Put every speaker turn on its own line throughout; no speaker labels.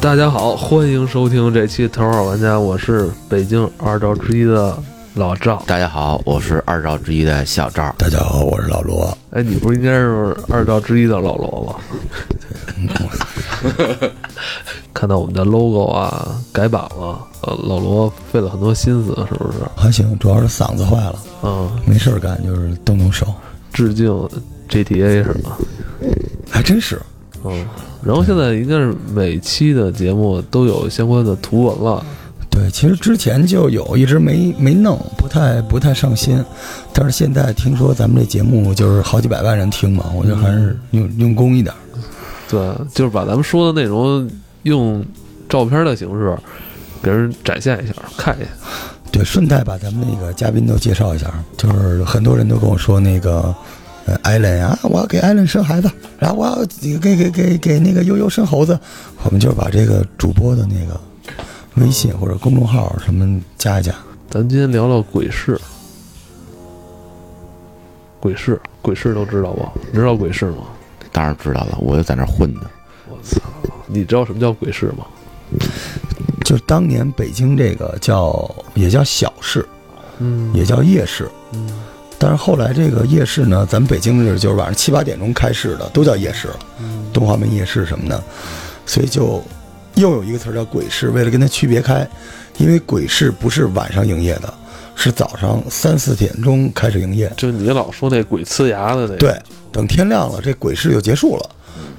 大家好，欢迎收听这期《头号玩家》，我是北京二赵之一的老赵。
大家好，我是二赵之一的小赵。
大家好，我是老罗。
哎，你不是应该是二赵之一的老罗吗？看到我们的 logo 啊，改版了，呃，老罗费了很多心思，是不是？
还行，主要是嗓子坏了，
嗯，
没事儿干，就是动动手，
致敬 GTA 是吧？
还真是。
嗯，然后现在应该是每期的节目都有相关的图文了。
对，其实之前就有，一直没没弄，不太不太上心。但是现在听说咱们这节目就是好几百万人听嘛，我觉得还是用、用功一点儿。
对，就是把咱们说的内容用照片的形式给人展现一下，看一下。
对，顺带把咱们那个嘉宾都介绍一下，就是很多人都跟我说那个。呃，艾伦啊，我要给艾伦生孩子，然后我要给给给给给那个悠悠生猴子，我们就是把这个主播的那个微信或者公众号什么加一加，
咱今天聊聊鬼市，鬼市，鬼市都知道不？你知道鬼市吗？
当然知道了，我就在那儿混呢。
我操！你知道什么叫鬼市吗？
就是当年北京这个叫也叫小市，
嗯
也叫夜市，
嗯
但是后来这个夜市呢，咱们北京是就是晚上七八点钟开市的，都叫夜市了，
嗯
东华门夜市什么的，所以就又有一个词儿叫鬼市，为了跟它区别开，因为鬼市不是晚上营业的，是早上三四点钟开始营业，
就你老说那鬼呲牙的那个。
对，嗯等天亮了，这鬼市就结束了，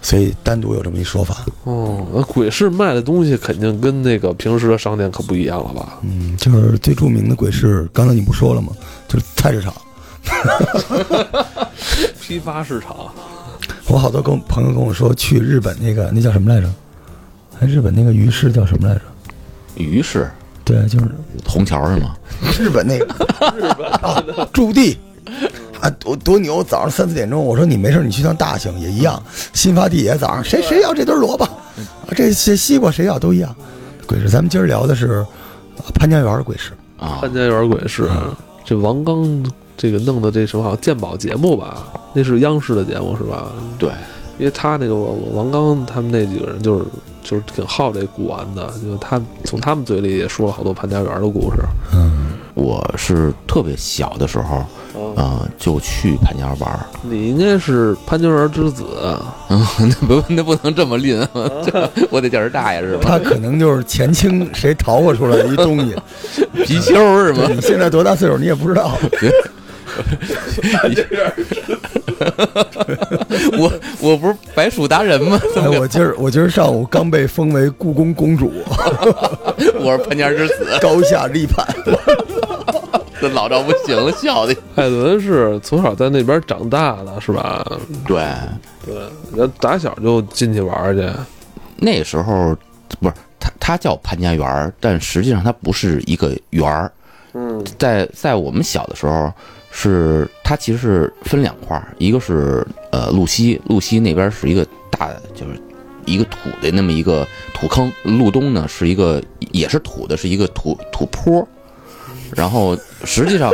所以单独有这么一说法，
哦，那鬼市卖的东西肯定跟那个平时的商店可不一样了吧？
嗯，就是最著名的鬼市，刚才你不说了吗？就是菜市场。
批发市场，
我好多跟我朋友跟我说去日本那个那叫什么来着？哎，日本那个鱼市叫什么来着？
于是
对，就是
虹桥是吗？
日本那个 日本啊，驻地啊，多多牛！早上三四点钟，我说你没事，你去趟大兴也一样，新发地也早上，谁谁要这堆萝卜啊，这些西瓜谁要都一样。鬼市，咱们今儿聊的是啊潘家园的鬼市，
啊，
潘家园鬼市，这王刚这个弄的这什么好像鉴宝节目吧？那是央视的节目是吧？
对，
因为他那个王王刚他们那几个人就是就是挺好这古玩的，就是他从他们嘴里也说了好多潘家园的故事。
嗯，
我是特别小的时候，
啊，
呃，就去潘家园玩 儿。
你应该是潘家园之子，
嗯，那不那不能这么吝，啊这我得叫人大爷是吧？
他可能就是前清谁淘过出来的一东西，
貔貅是吗？
你现在多大岁数你也不知道，
我我不是白鼠达人吗？
哎，我今儿我今儿上午刚被封为故宫公主，
我是潘家园之子，
高下立判。
这老赵不行了，笑的。
艾伦是从小在那边长大的，是吧？
对，
对，然后打小就进去玩去。
那时候不是他，他叫潘家园儿，但实际上它不是一个园儿。
嗯
在在我们小的时候，是它其实是分两块儿，一个是呃路西，路西那边是一个大就是一个土的那么一个土坑，路东呢是一个也是土的，是一个土土坡。然后实际上，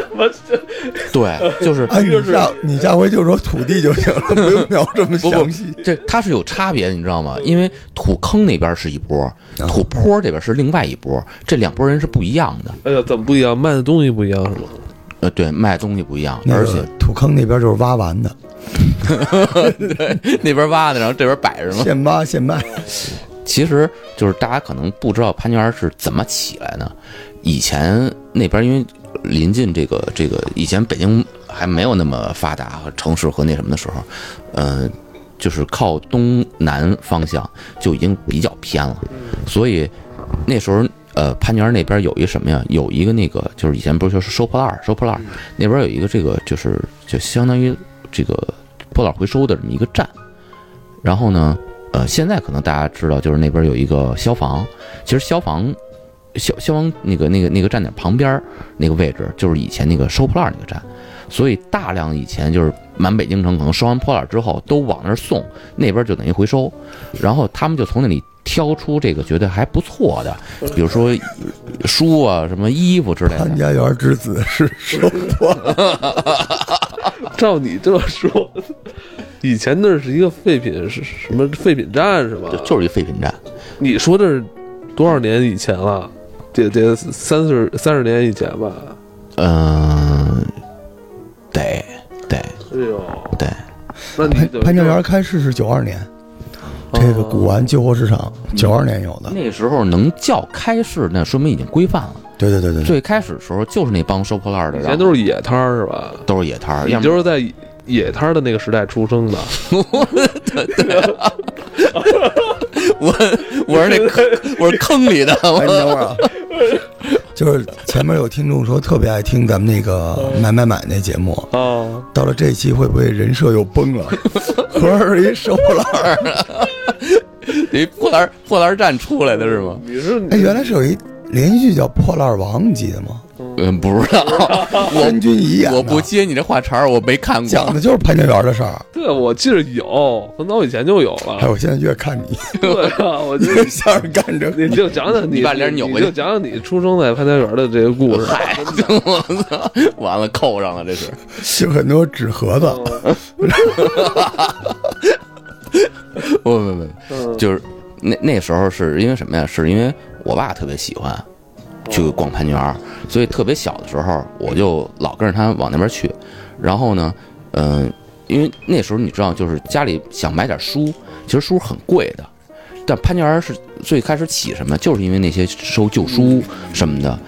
对， 就是
哎，你下你下回就说土地就行了，不用聊这么
不
详细。
这它是有差别，你知道
嗯
吗？因为土坑那边是一波，
啊
土坡这边是另外一波，这两拨人是不一样的。
哎呀，怎么不一样？卖的东西不一样是吗？
呃，对，卖东西不一样，
那
而
个
且
土坑那边就是挖完的，
那边挖的，然后这边摆着嘛。
现挖现卖。
其实就是大家可能不知道潘家园是怎么起来的。以前那边因为临近这个这个，以前北京还没有那么发达和城市和那什么的时候，呃，就是靠东南方向就已经比较偏了，所以那时候。呃，潘家园那边有一什么呀？有一个那个，就是以前不是说是收破烂儿，收破烂儿那边有一个这个，就是就相当于这个破烂回收的这么一个站。然后呢，呃，现在可能大家知道，就是那边有一个消防，其实消防消消防那个那个那个站点旁边儿那个位置，就是以前那个收破烂那个站，所以大量以前就是满北京城可能收完破烂之后都往那儿送，那边就等于回收，然后他们就从那里。挑出这个觉得还不错的，比如说书啊、什么衣服之类
潘
的，
家园之子是 收获，
照你这么说，以前那是一个废品是什么废品站是吧？
就就是一废品站。
你说这是多少年以前了？这这三十三十年以前吧？
嗯，对对
哎呦，
对，
那你
潘
等于
潘家
就
园开市是九二年，这个古玩旧货市
哦
场九二年有的。
那时候能叫开市，那说明已经规范了。
对对对对对，
最开始的时候就是那帮收破烂的，
以
然
前
后
都是野摊儿是吧？
都是野摊儿，
你
要
就
么
是在野摊儿的那个时代出生的，
我我 是 那坑我是坑里的，
哎，
我
你等会儿啊， 就是前面有听众说特别爱听咱们那个
嗯
买买买那节目，
哦，
到了这一期会不会人设又崩 了？合着是一收破烂儿。
你破烂破烂站出来的是吗？
你是
哎，原来是有一连续剧叫《破烂王》，你记得吗？
嗯，不知道，
任
啊我
君怡演的，
我不接你这话茬儿，我没看
讲
过。
的就是潘家园的事儿。
对，我记得有，很早以前就有
哎，
了。
我现在越看你
对啊，我 就
越像是干这
你就讲讲你
你把脸扭
你
过去
就讲讲你出生在潘家园的这个故事。
嗨， 我操，完了扣上了，这是
就很多纸盒子，
嗯
不不不，
嗯，
就是那那时候是因为什么呀？是因为我爸特别喜欢去逛潘家园儿，所以特别小的时候我就老跟着他往那边去。然后呢，嗯、因为那时候你知道，就是家里想买点书，其实书很贵的。但潘家园儿是最开始起什么，就是因为那些收旧书什么的，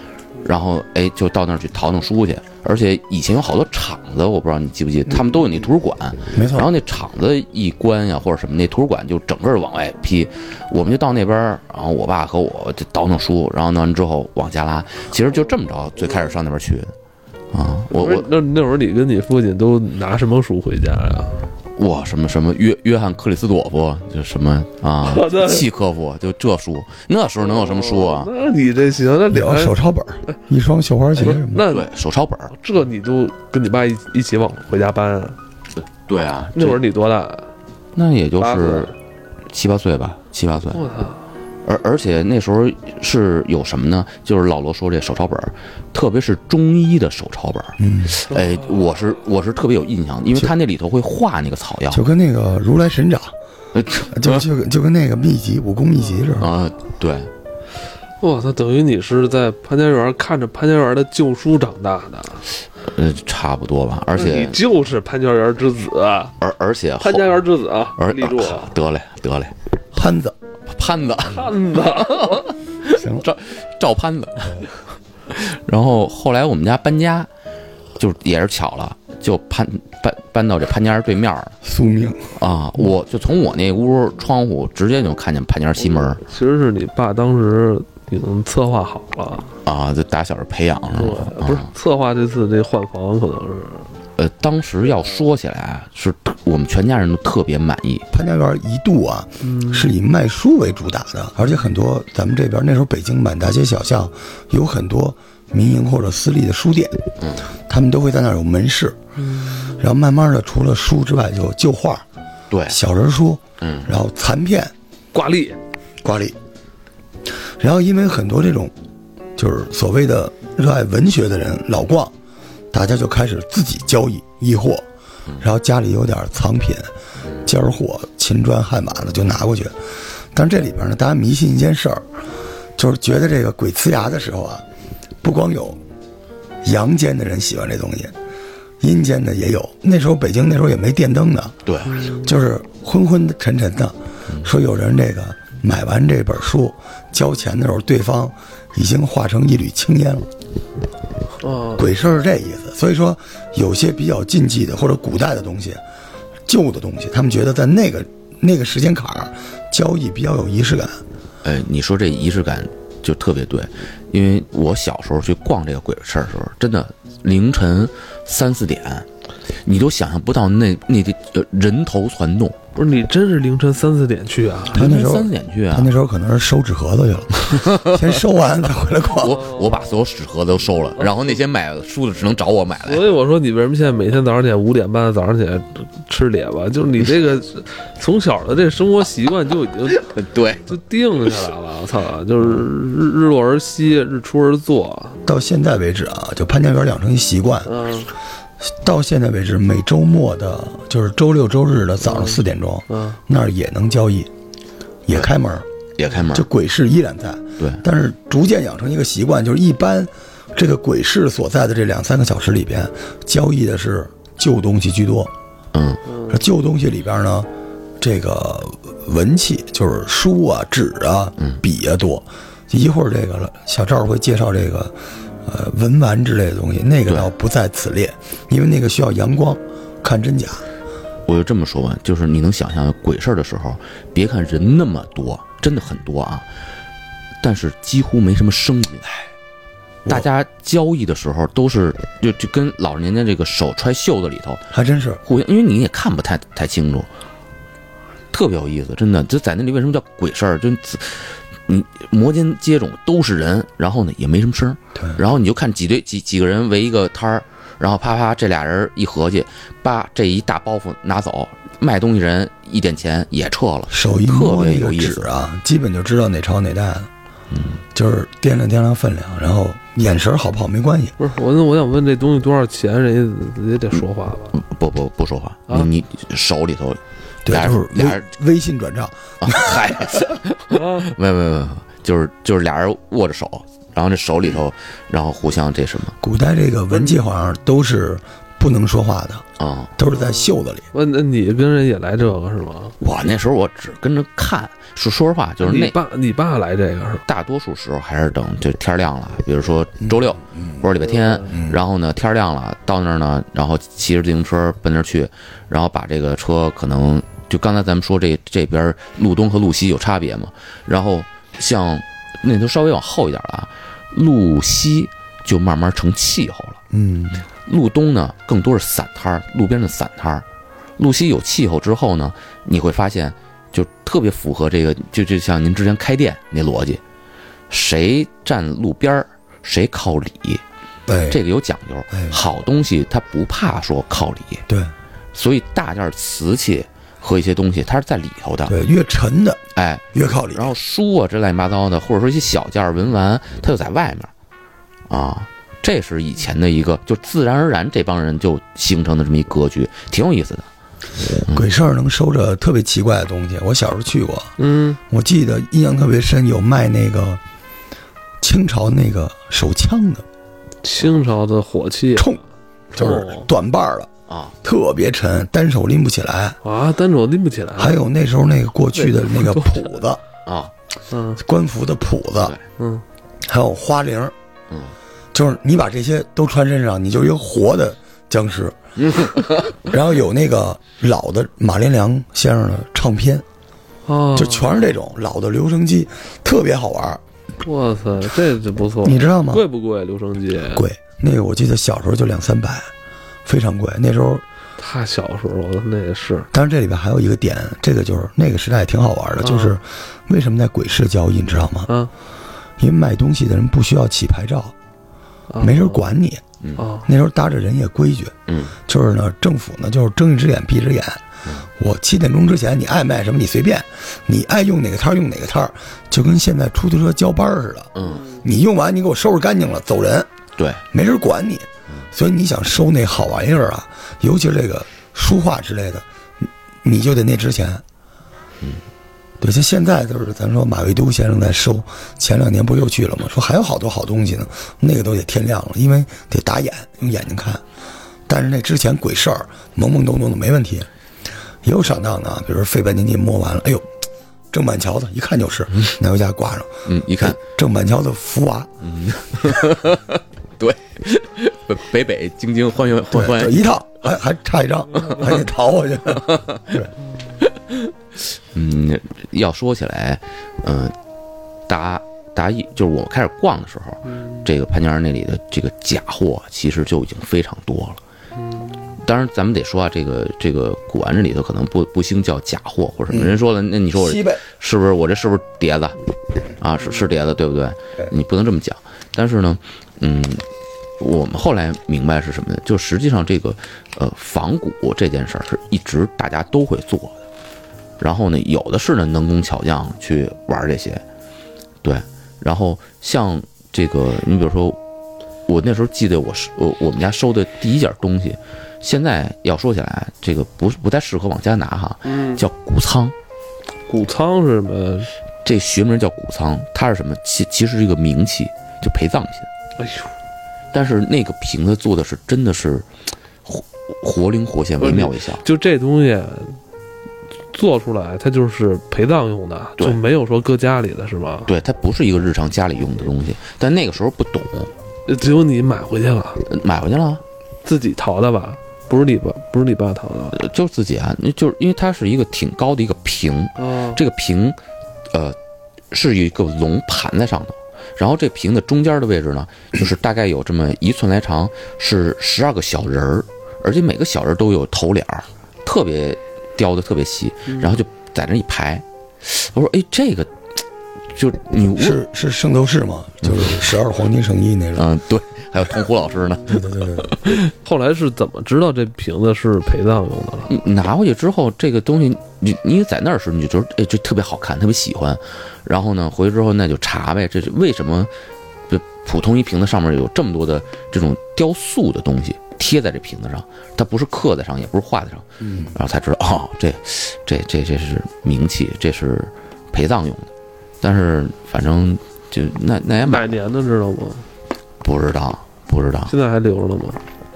然后哎就到那儿去淘弄书去。而且以前有好多厂子，我不知道你记不记得，他们都有那图书馆，
没
然
错。
后那厂子一关呀，或者什么，那图书馆就整个往外批。我们就到那边儿，然后我爸和我就倒腾书，然后弄完之后往家拉。其实就这么着，最开始上那边去的。啊，我
不是
我
那那会儿你跟你父亲都拿什么书回家呀？
我什么什么约约翰克里斯朵夫，就什么 啊
我的，
契科夫，就这书，那时候能有什么书啊？
哦那你这行，那你
聊
还
手抄本儿，一双绣花鞋什么的。
那
对，手抄本儿。
这你都跟你爸一一起往回家搬啊？
对啊，
那会
这
儿你多大？
那也就
八
是
岁
七八岁吧，七八岁。
我操！
而而且那时候是有什么呢？就是老罗说这手抄本儿，特别是中医的手抄本儿。
嗯，
哎，我是我是特别有印象，因为他那里头会画那个草药
就跟那个如来神掌，
呃
就就跟就跟那个秘籍武功秘籍似的。
啊，对，
我操！等于你是在潘家园看着潘家园的旧书长大的，
呃，差不多吧。而
你
且
就是潘家园之子，啊
而而且后
潘家园之子啊！
而
记住啊，
啊 得嘞得嘞，
潘子，
潘子
汉子。
行了，
赵赵潘子。 然后后来我们家搬家，就也是巧了，就搬搬搬到这潘家园对面儿了
宿命。
啊！我就从我那屋窗户直接就看见潘家园西门儿
其实是你爸当时已经策划好了，
啊，就打小是培养是
对
吧？，
不是
啊
策划这次这换房可能是
呃，当时要说起来啊，是特我们全家人都特别满意。
潘家园一度啊是以卖书为主打的，而且很多咱们这边那时候北京满大街小巷有很多民营或者私立的书店，嗯，他们都会在那儿有门市，嗯，然后慢慢的除了书之外，就旧画、
对
小人书，嗯，然后残片、
挂历，
挂历，然后因为很多这种就是所谓的热爱文学的人老逛，大家就开始自己交易易货，然后家里有点藏品、尖儿货、秦砖汉瓦的就拿过去。但是这里边呢，大家迷信一件事儿，就是觉得这个鬼呲牙的时候啊，不光有阳间的人喜欢这东西，阴间的也有。那时候北京那时候也没电灯呢，
对，
就是昏昏沉沉的，说有人这个买完这本书交钱的时候，对方已经化成一缕青烟了。
嗯，
鬼事儿是这意思。所以说，有些比较禁忌的或者古代的东西、旧的东西，他们觉得在那个那个时间坎儿交易比较有仪式感。
哎，你说这仪式感就特别对，因为我小时候去逛这个鬼市儿的时候，真的凌晨三四点，你都想象不到那那地呃人头攒动，
不是你真是凌晨三四点去啊？
他
凌
那
晨
时候
三四点去
他
啊
那。时候可能是收纸盒子去了，先收完再回来逛。
我我把所有纸盒子都收了，然后那些买书的只能找我买来。
所以我说你为什么现在每天早上起来五点半早上起来吃点吧？就是你这个 从小的这生活习惯就已经
对，
就定下来了。我操，就是日日落而息，日出而作。
到现在为止啊，就潘家园养成一习惯，
嗯
到现在为止，每周末的，就是周六周日的早上四点钟，
嗯，
那儿也能交易，也开门儿。
也开门
就，鬼市依然在。
对，
但是逐渐养成一个习惯，就是一般这个鬼市所在的这两三个小时里边，交易的是旧东西居多。
嗯
而旧东西里边呢，这个文器就是书啊、纸啊、
嗯
笔啊多。一会儿这个了，小赵会介绍这个呃文玩之类的东西，那个倒不在此列，因为那个需要阳光看真假。
我就这么说吧，就是你能想象鬼事儿的时候，别看人那么多，真的很多啊，但是几乎没什么声音。大家交易的时候都是就就跟老人家这个手揣袖子里头
还真是，
互相，因为你也看不太太清楚，特别有意思，真的。就在那里为什么叫鬼事儿？就你摩肩接踵都是人，然后呢也没什么声儿，
对，
然后你就看几堆几几个人围一个摊儿，然后啪啪这俩人一合计，把这一大包袱拿走，卖东西人一点钱也撤了，
手一
特
摸
别
那
有
个
意
纸
思。
啊，基本就知道哪朝哪代了。嗯，就是掂量掂量分量，然后眼神好不好没关系。
不是我，我想问这东西多少钱？人家也得说话吧？
不不不说话，
啊
你你手里头
对
俩，人
就是
俩人
微微信转账，
啊，嗨，
啊，
没没没，就是就是俩人握着手，然后这手里头，然后互相这什么
古代这个文器好像都是不能说话的，
啊、
都是在袖子里。
问那你跟人也来这个是吗？
我那时候我只跟着看，说说实话，就是
你
那
爸，你爸来这个是吧？
大多数时候还是等这天亮了，比如说周六或者礼拜天，然后呢天亮了到那儿呢，然后骑着自行车奔那儿去，然后把这个车可能就刚才咱们说这这边路东和路西有差别嘛，然后像那都稍微往后一点了啊，路西就慢慢成气候了。
嗯，
路东呢更多是散摊儿，路边的散摊儿。路西有气候之后呢，你会发现就特别符合这个，就就像您之前开店那逻辑，谁站路边儿，谁靠里，
对，
这个有讲究
哎。
好东西它不怕说靠里，
对
所以大件儿瓷器和一些东西它是在里头的，
对，越沉的
哎，
越靠里
然。后书啊，这乱七八糟的，或者说一些小件儿文玩，它就在外面儿，啊，这是以前的一个，就自然而然这帮人就形成的这么一格局，挺有意思的。
鬼市儿能收着特别奇怪的东西，我小时候去过，
嗯，
我记得印象特别深，有卖那个清朝那个手枪的，
清朝的火器
冲，就是
哦
短把儿的，
啊，
特别沉，单手拎不起来。
啊，单手拎不起来。
嗯
还有那时候那个过去的那个 谱子，
啊，
嗯
官服的谱子，
嗯，
还有花翎儿，
嗯，
就是你把这些都穿身上，你就是一个活的僵尸。
嗯
然后有那个老的马连良先生的唱片，
哦，
就全是这种老的留声机，特别好玩儿，
哇塞，这就不错。
你知道吗？
哦贵不贵？留声机
贵，那个我记得小时候就两三百，非常贵。那时候，
太小时候了，那也是
当然这里边还有一个点，这个就是那个时代挺好玩的，就是为什么在鬼市交易，你知道吗？
啊，
因为卖东西的人不需要起牌照，
啊
没人管你。
啊。
那时候搭着人也规矩，
嗯，
就是呢，政府呢就是睁一只眼闭一只眼。我七点钟之前，你爱卖什么你随便，你爱用哪个摊儿用哪个摊儿，就跟现在出租车交班儿似的。
嗯，
你用完你给我收拾干净了走人，
对，
没人管你。所以你想收那好玩意儿啊，尤其是这个书画之类的，你你就得那值钱。嗯，对，像现在就是咱说马未都先生在收，前两年不又去了吗？说还有好多好东西呢，那个都得天亮了，因为得打眼，用眼睛看。但是那之前鬼事儿懵懵懂懂的没问题，也有上当的啊，比如说费半天劲摸完了，哎呦，郑板桥的，一看就是，拿回家挂上。
嗯，一看，
郑板桥的福娃，
对， 北北京京欢迎欢
对，嗯
欢，
一套还还差一张，还得逃回去。 对，
嗯，要说起来，嗯、达达一就是我开始逛的时候，这个潘家园那里的这个假货其实就已经非常多了。当然，咱们得说啊，这个这个古玩这里头可能不不兴叫假货或者什么。人说了，那你说我
西贝
是不是我这是不是碟子啊？是是碟子，对不对？你不能这么讲。但是呢，嗯，我们后来明白是什么呢？就实际上这个呃仿古这件事儿是一直大家都会做的，然后呢，有的是呢能工巧匠去玩这些，对。然后像这个，你比如说，我那时候记得我是我我们家收的第一件东西，现在要说起来，这个不不太适合往家拿哈，叫谷仓。
谷仓是什么？
这学名叫谷仓，它是什么？其其实是一个名器，就陪葬品。
哎呦，
但是那个瓶子做的是真的是活活灵活现，惟妙惟肖。
就这东西做出来，它就是陪葬用的，
对
就没有说搁家里的是吗？
对，它不是一个日常家里用的东西，但那个时候不懂，
只有你买回去了，
呃买回去了啊，
自己淘的吧？不是你爸，不是你爸淘的吧？
呃就是自己啊，那就是因为它是一个挺高的一个瓶，
哦，
这个瓶，呃，是一个龙盘在上头，然后这瓶的中间的位置呢， 就是大概有这么一寸来长，是十二个小人儿，而且每个小人儿都有头脸儿，特别雕的特别细，然后就在那一排。我说，哎，这个就你问
是是圣斗士嘛，就是十二黄金圣衣那种。
嗯，对，还有童虎老师呢。
对对对对对，
后来是怎么知道这瓶子是陪葬用的了？
你嗯拿回去之后，这个东西你你在那儿的时候，你就觉得哎，这特别好看，特别喜欢。然后呢，回去之后那就查呗，这是为什么？这普通一瓶子上面有这么多的这种雕塑的东西贴在这瓶子上，它不是刻在上，也不是画在上，
嗯，
然后才知道哦，这这这这是名器，这是陪葬用的。但是反正就那那也买
哪年的知道吗？
不知道不知道，
现在还留着呢吗？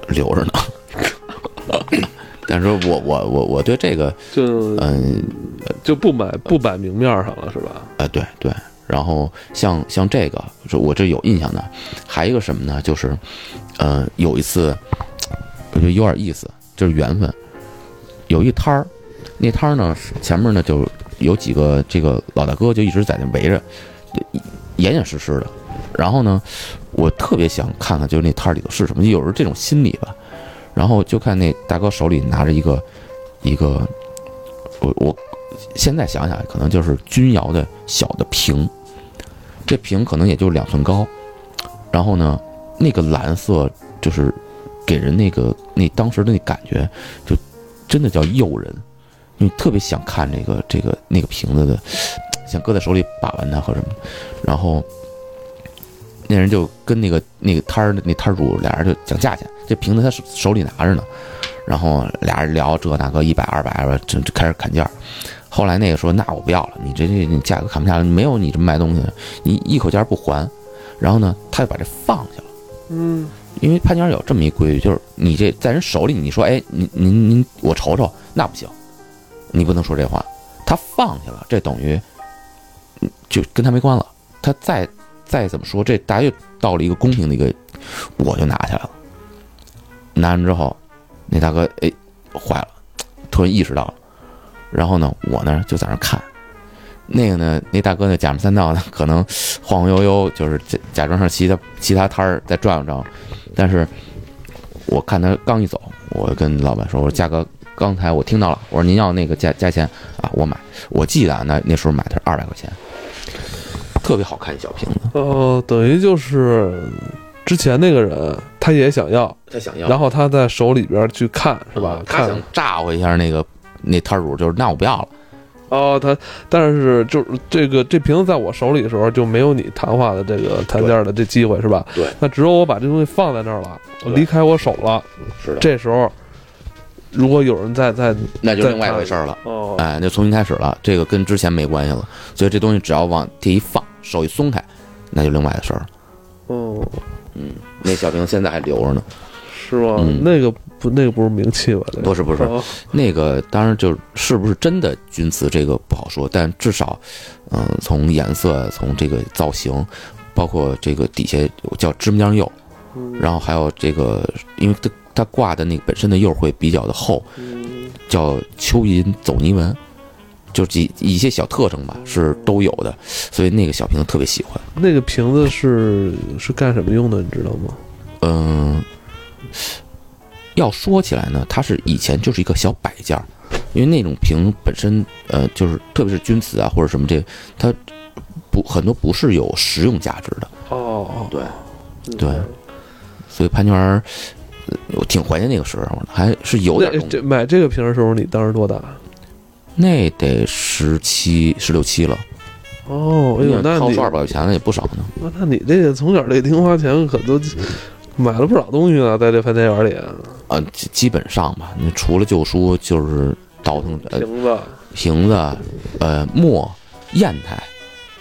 留着呢。 但是我我我我对这个
就
嗯。
就不买不摆明面上了是吧？
啊，对对。然后像像这个，就我这有印象的，还有一个什么呢？就是，呃，有一次，我觉得有点意思，就是缘分。有一摊儿，那摊儿呢前面呢就有几个这个老大哥就一直在那围着，严严实实的。然后呢，我特别想看看就是那摊儿里头是什么，有时候这种心理吧。然后就看那大哥手里拿着一个一个，我我现在想想，可能就是钧窑的小的瓶，这瓶可能也就两寸高，然后呢，那个蓝色就是给人那个那当时的那感觉，就真的叫诱人，你特别想看这个这个那个瓶子的，想搁在手里把玩它或什么，然后那人就跟那个那个摊儿那摊儿主俩人就讲价钱，这瓶子他手手里拿着呢，然后俩人聊这那个一百二百，这这开始砍价。后来那个说：“那我不要了，你这这你价格砍不下来，没有你这么卖东西的，你一口价不还。”然后呢，他就把这放下了，
嗯，
因为潘家园有这么一规矩，就是你这在人手里，你说：“哎，您您您，我瞅瞅。”那不行，你不能说这话。他放下了，这等于嗯就跟他没关了。他再再怎么说，这大家又到了一个公平的一个，我就拿下来了。拿完之后，那大哥哎坏了，突然意识到了。然后呢，我呢就在那儿看，那个呢，那大哥呢假模三道的，可能晃晃悠悠，就是假假装上其他其他摊儿再转悠转悠。但是我看他刚一走，我跟老板说：“我说价格，刚才我听到了，我说您要那个价价钱啊，我买。我记得啊，那那时候买的是二百块钱，特别好看一小瓶子，
哦，等于就是之前那个人他也想要，啊
他想要
然后他在手里边去看是吧？
他
看
想炸我一下那个那摊主，就是那我不要了。
哦，他但是就是这个这瓶子在我手里的时候就没有你谈话的这个谈价的这机会是吧？
对，
那只有我把这东西放在那儿了，我
对
离开我手了，
是的
这时候如果有人在在
那就另外一回事儿了。
哦，
哎，那重新开始了，这个跟之前没关系了。所以这东西只要往地一放，手一松开，那就另外的事儿了。
哦，
那小瓶现在还留着呢。
是吗？
嗯
那个不那个不是名气吧？那个
不是不是，
哦
那个当然就是是不是真的钧瓷这个不好说，但至少，嗯、从颜色，从这个造型，包括这个底下叫芝麻酱釉，然后还有这个，因为它它挂的那个本身的釉会比较的厚，
嗯
叫蚯蚓走泥纹，就几一些小特征吧是都有的，所以那个小瓶子特别喜欢。
那个瓶子是是干什么用的？你知道吗？
嗯，要说起来呢，它是以前就是一个小摆件儿，因为那种瓶本身，呃，就是特别是钧瓷啊或者什么这，它不很多不是有实用价值的，
哦，
对对所以潘娟儿，呃我挺怀念那个时候的，还是有点
那
东西
这买这个瓶的时候，你当时多大？
那得十七十六七了，
哦，哎呦，那
掏
你
出二百块钱了也不少呢。
哇那你这个从小这零花钱可都买了不少东西呢，在这潘家园里，啊
呃，基基本上吧，你除了旧书就是倒腾呃
瓶子、
瓶子、呃墨、砚台，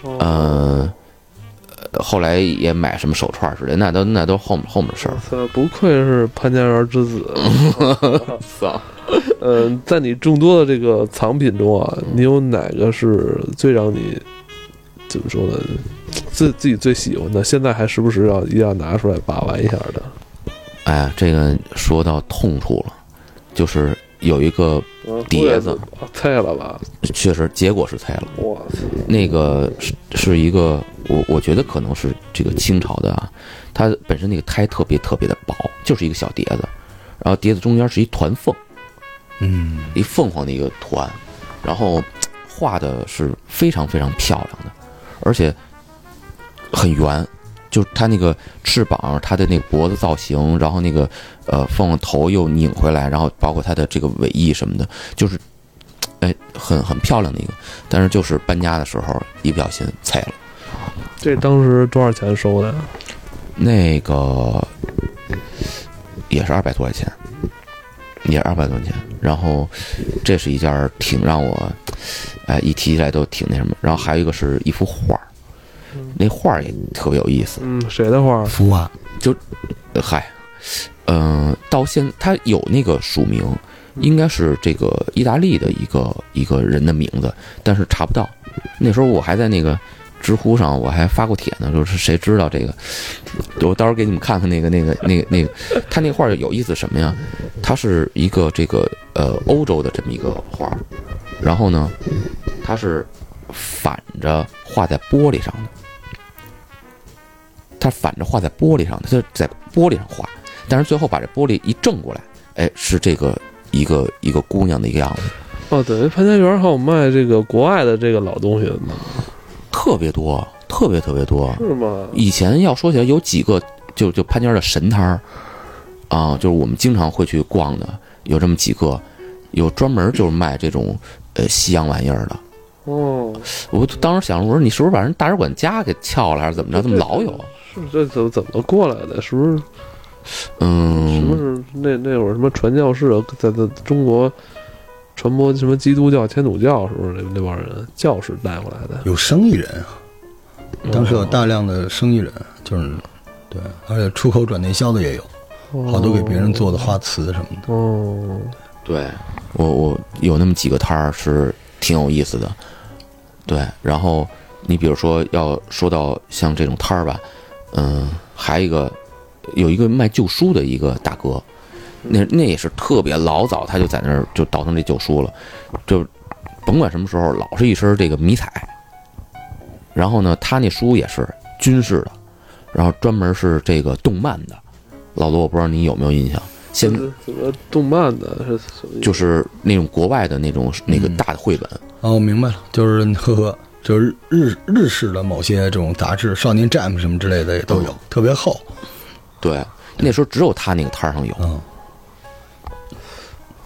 哦
呃，呃后来也买什么手串之类，那都那都后面后面的事儿
我。操，呃不愧是潘家园之子。
操，
嗯，在你众多的这个藏品中啊，你有哪个是最让你怎么说呢？自自己最喜欢的，现在还时不时要一定要拿出来把玩一下的。
哎呀，这个说到痛处了，就是有一个
嗯
碟子
啊菜了吧？
确实结果是菜了，
我操！
那个是是一个我我觉得可能是这个清朝的啊，它本身那个胎特别特别的薄，就是一个小碟子，然后碟子中间是一团凤，
嗯，
一凤凰的一个图案，然后嘖画的是非常非常漂亮的，而且很圆，就是它那个翅膀、它的那个脖子造型，然后那个呃凤凰头又拧回来，然后包括它的这个尾翼什么的，就是嘖哎很很漂亮的一个，但是就是搬家的时候一不小心碎了。
这当时多少钱收的？
那个也是二百多块钱，也是二百多块钱。然后这是一件儿挺让我，哎，一提起来都挺那什么。然后还有一个是一幅画儿，那画儿也特别有意思。
嗯，谁的画？
福娃，
呃嗨，嗯、到现它有那个署名，应该是这个意大利的一个一个人的名字，但是查不到。那时候我还在那个知乎上，我还发过帖呢，就是谁知道这个？我到时候给你们看看那个那个那个那个，他那画儿有意思什么呀？它是一个这个呃欧洲的这么一个画儿，然后呢，它是反着画在玻璃上的，它反着画在玻璃上的，它就在玻璃上画，但是最后把这玻璃一正过来，哎，是这个一个一个姑娘的一个样子。
哦，等于潘家园还有卖这个国外的这个老东西的呢，
特别多，特别特别多。
是吗？
以前要说起来，有几个就就潘家园的神摊儿啊，就是我们经常会去逛的，有这么几个，有专门就是卖这种呃西洋玩意儿的。
哦，
我当时想，我说你是不是把人大使馆家给撬了，还是怎么着？怎么老有？
是这怎么怎么过来的？是不是？什么
嗯，
是那那会儿什么传教士啊在在中国传播什么基督教、天主教，是不是那那帮人教士带过来的？
有生意人啊，当时有大量的生意人，就是对，而且出口转内销的也有，好多给别人做的花瓷什么的。
哦，
对，我我有那么几个摊儿是挺有意思的，对。然后你比如说要说到像这种摊儿吧，嗯，还有一个有一个卖旧书的一个大哥，那那也是特别老早他就在那儿就倒腾这旧书了，就甭管什么时候老是一身这个迷彩，然后呢，他那书也是军事的，然后专门是这个动漫的，老罗我不知道你有没有印象，现
这怎么动漫的？是什么意思
就是那种国外的那种那个大的绘本，
哦，我明白了，就是 呵呵，就是日日式的某些这种杂志，《少年 Jump》什么之类的也都有，特别厚。
对，那时候只有他那个摊儿上有，
嗯，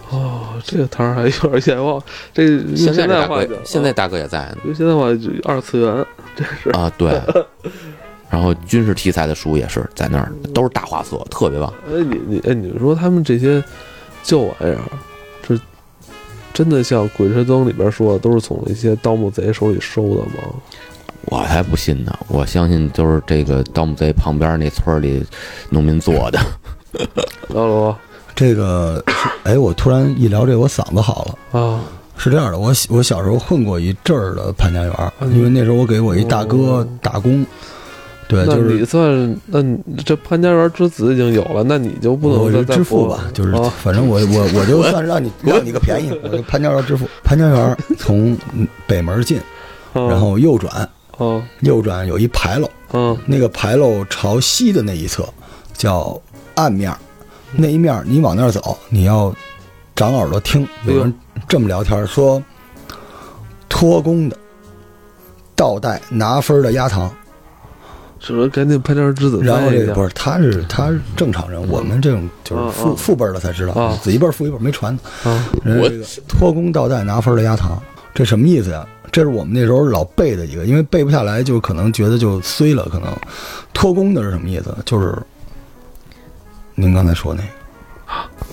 哦，这个摊儿还有点健忘。这用
现在
现
这
在
大
话
哥
讲啊
也，现在大哥也在呢
用现在话就二次元，
啊，对，然后军事题材的书也是在那儿，都是大画册，特别棒，
哎，你你哎，你说他们这些旧玩意儿，啊这真的像《鬼吹灯》里边说的，都是从那些盗墓贼手里收的吗？
我才不信呢，我相信都是这个盗墓贼旁边那村儿里农民做的，
老罗
这个，哎，我突然一聊这，我嗓子好了。
啊，
是这样的，我小我小时候混过一阵儿的潘家园儿，
嗯
因为那时候我给我一大哥
哦
打工，对，
那
就是
你算那你这潘家园之子已经有了，那你就不
我
能
就
再再
支付
播
吧
了，
就是
啊
反正我我我就 算让你让你个便宜，我就潘家园支付。潘家园从北门进，
啊
然后右转，
啊
右转有一牌楼，
啊
那个牌楼朝西的那一侧叫暗面儿，
嗯
那一面儿你往那儿走，你要长耳朵听，
哎呦
有人这么聊天儿说，托工的倒带拿分儿的压堂，
什么赶紧潘家园之子
然后
翻译
这
一
个
下
不是，他是他是正常人，我们这种就是
嗯
父
嗯
父辈儿的才知道
啊，
子一辈儿父一辈儿没传的。
啊，
人家这个托工倒带拿分儿的压堂，这什么意思呀？这是我们那时候老背的一个，因为背不下来，就可能觉得就衰了。可能托工的是什么意思？就是您刚才说那个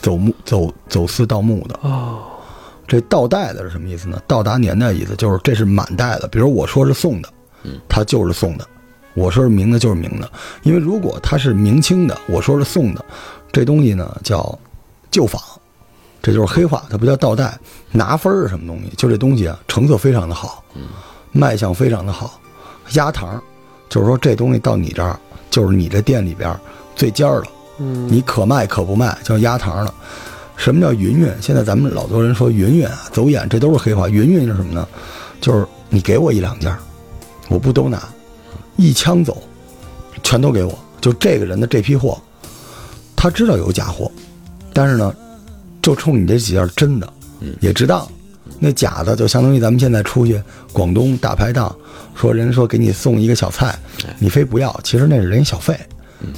走墓走走私盗墓的
哦。
这倒带的是什么意思呢？到达年代意思就是这是满带的，比如我说是宋的，
嗯，
它就是宋的。我说是明的，就是明的，因为如果它是明清的，我说是宋的，这东西呢叫旧仿，这就是黑化，它不叫倒带。拿分儿是什么东西？就这东西啊，成色非常的好，卖相非常的好，压堂儿，就是说这东西到你这儿，就是你这店里边儿最尖儿了。
嗯，
你可卖可不卖，叫压堂了。什么叫云云？现在咱们老多人说云云啊，走眼，这都是黑话。云云是什么呢？就是你给我一两件儿，我不都拿，一枪走，全都给我。就这个人的这批货，他知道有假货，但是呢，就冲你这几件儿真的
嗯，
也值当。那假的就相当于咱们现在出去广东大排档，说人说给你送一个小菜，
哎
你非不要，其实那是人小费。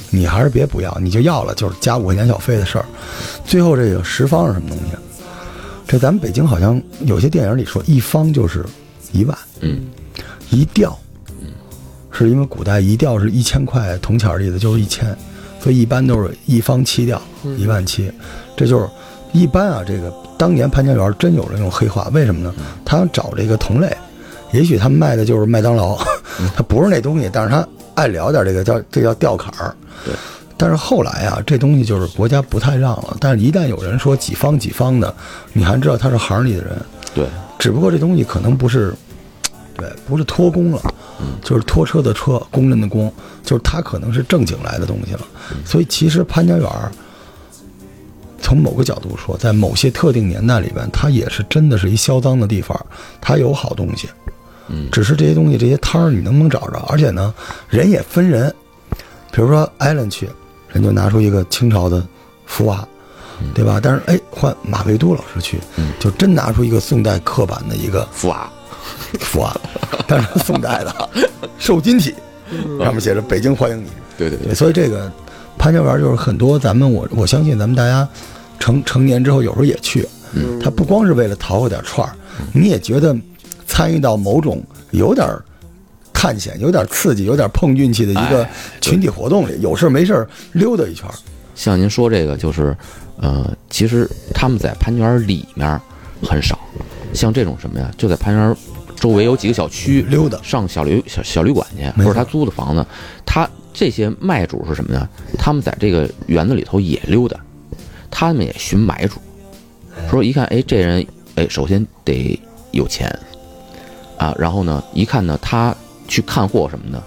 你还是别不要，你就要了，就是加五块钱小费的事儿。最后这个十方是什么东西啊？这咱们北京好像有些电影里说一方就是一万，
嗯，
一吊，是因为古代一吊是一千块铜钱儿的意思，就是一千，所以一般都是一方七吊，一万七，这就是一般啊。这个当年潘家园真有人用黑话，为什么呢？他想找这个同类，也许他卖的就是麦当劳， 他不是那东西，但是他爱聊点这个叫这叫吊坎儿。
对。
但是后来啊，这东西就是国家不太让了。但是一旦有人说几方几方的，你还知道他是行里的人，
对，
只不过这东西可能不是，对，不是拖工了，
嗯
就是拖车的车，工人的工，就是它可能是正经来的东西了。
嗯
所以其实潘家园儿，从某个角度说，在某些特定年代里边，它也是真的是一销赃的地方，它有好东西。
嗯
只是这些东西这些摊儿你能不能找着？而且呢，人也分人，比如说艾伦去，人就拿出一个清朝的福娃，对吧？但是哎，换马未都老师去，就真拿出一个宋代刻板的一个
福娃，
福娃，但是宋代的瘦金体，上面写着“北京欢迎你”。
对对
对，，所以这个潘家园就是很多咱们我我相信咱们大家成成年之后有时候也去，
嗯
他不光是为了淘个点串儿，你也觉得参与到某种有点儿探险、有点儿刺激、有点儿碰运气的一个
哎
群体活动里，有事儿没事儿溜达一圈儿。
像您说这个就是，呃，其实他们在潘家园里面很少，像这种什么呀，就在潘家园周围有几个小区
溜达
上小旅小小旅馆去，
没
或者
错
他租的房子，他这些卖主是什么呢？他们在这个园子里头也溜达，他们也寻买主，说一看，哎，这人，哎，首先得有钱啊，然后呢，一看呢，他去看货什么的，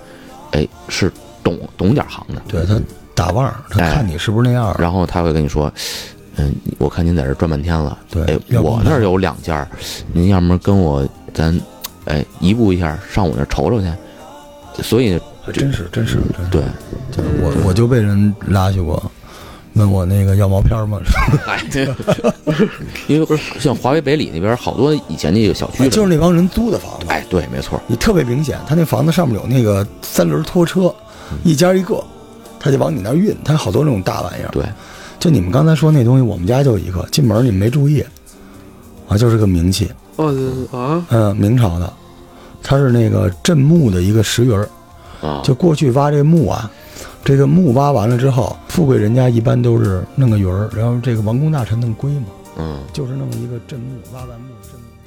哎，是懂懂点行的，
对他打望儿，他
哎
看你是不是那样儿。
然后他会跟你说，嗯，我看您在这儿转半天了，
对
哎，
要不
我
你
那儿有两件儿，您要么跟我咱，哎，移步一下上我那儿瞅瞅去。所以，
还真是真是真是。
对，
对
嗯
我我就被人拉去过，问我那个要毛片 儿吗？
哎， 因为像华北北里那边好多以前那个小区，
啊就是那帮人租的房子。
哎，对，没错，
你特别明显，他那房子上面有那个三轮拖车，
嗯
一家一个，他就往你那儿运，他有好多那种大玩意儿。
对，
就你们刚才说那东西，我们家就一个，进门你们没注意，啊，就是个名器，
哦对啊，
嗯，明朝的，它是那个镇墓的一个石鱼儿，
啊，
就过去挖这墓啊，这个墓挖完了之后，富贵人家一般都是弄个鱼儿，然后这个王公大臣弄龟嘛，
嗯。
就是弄一个镇墓，挖完墓镇墓。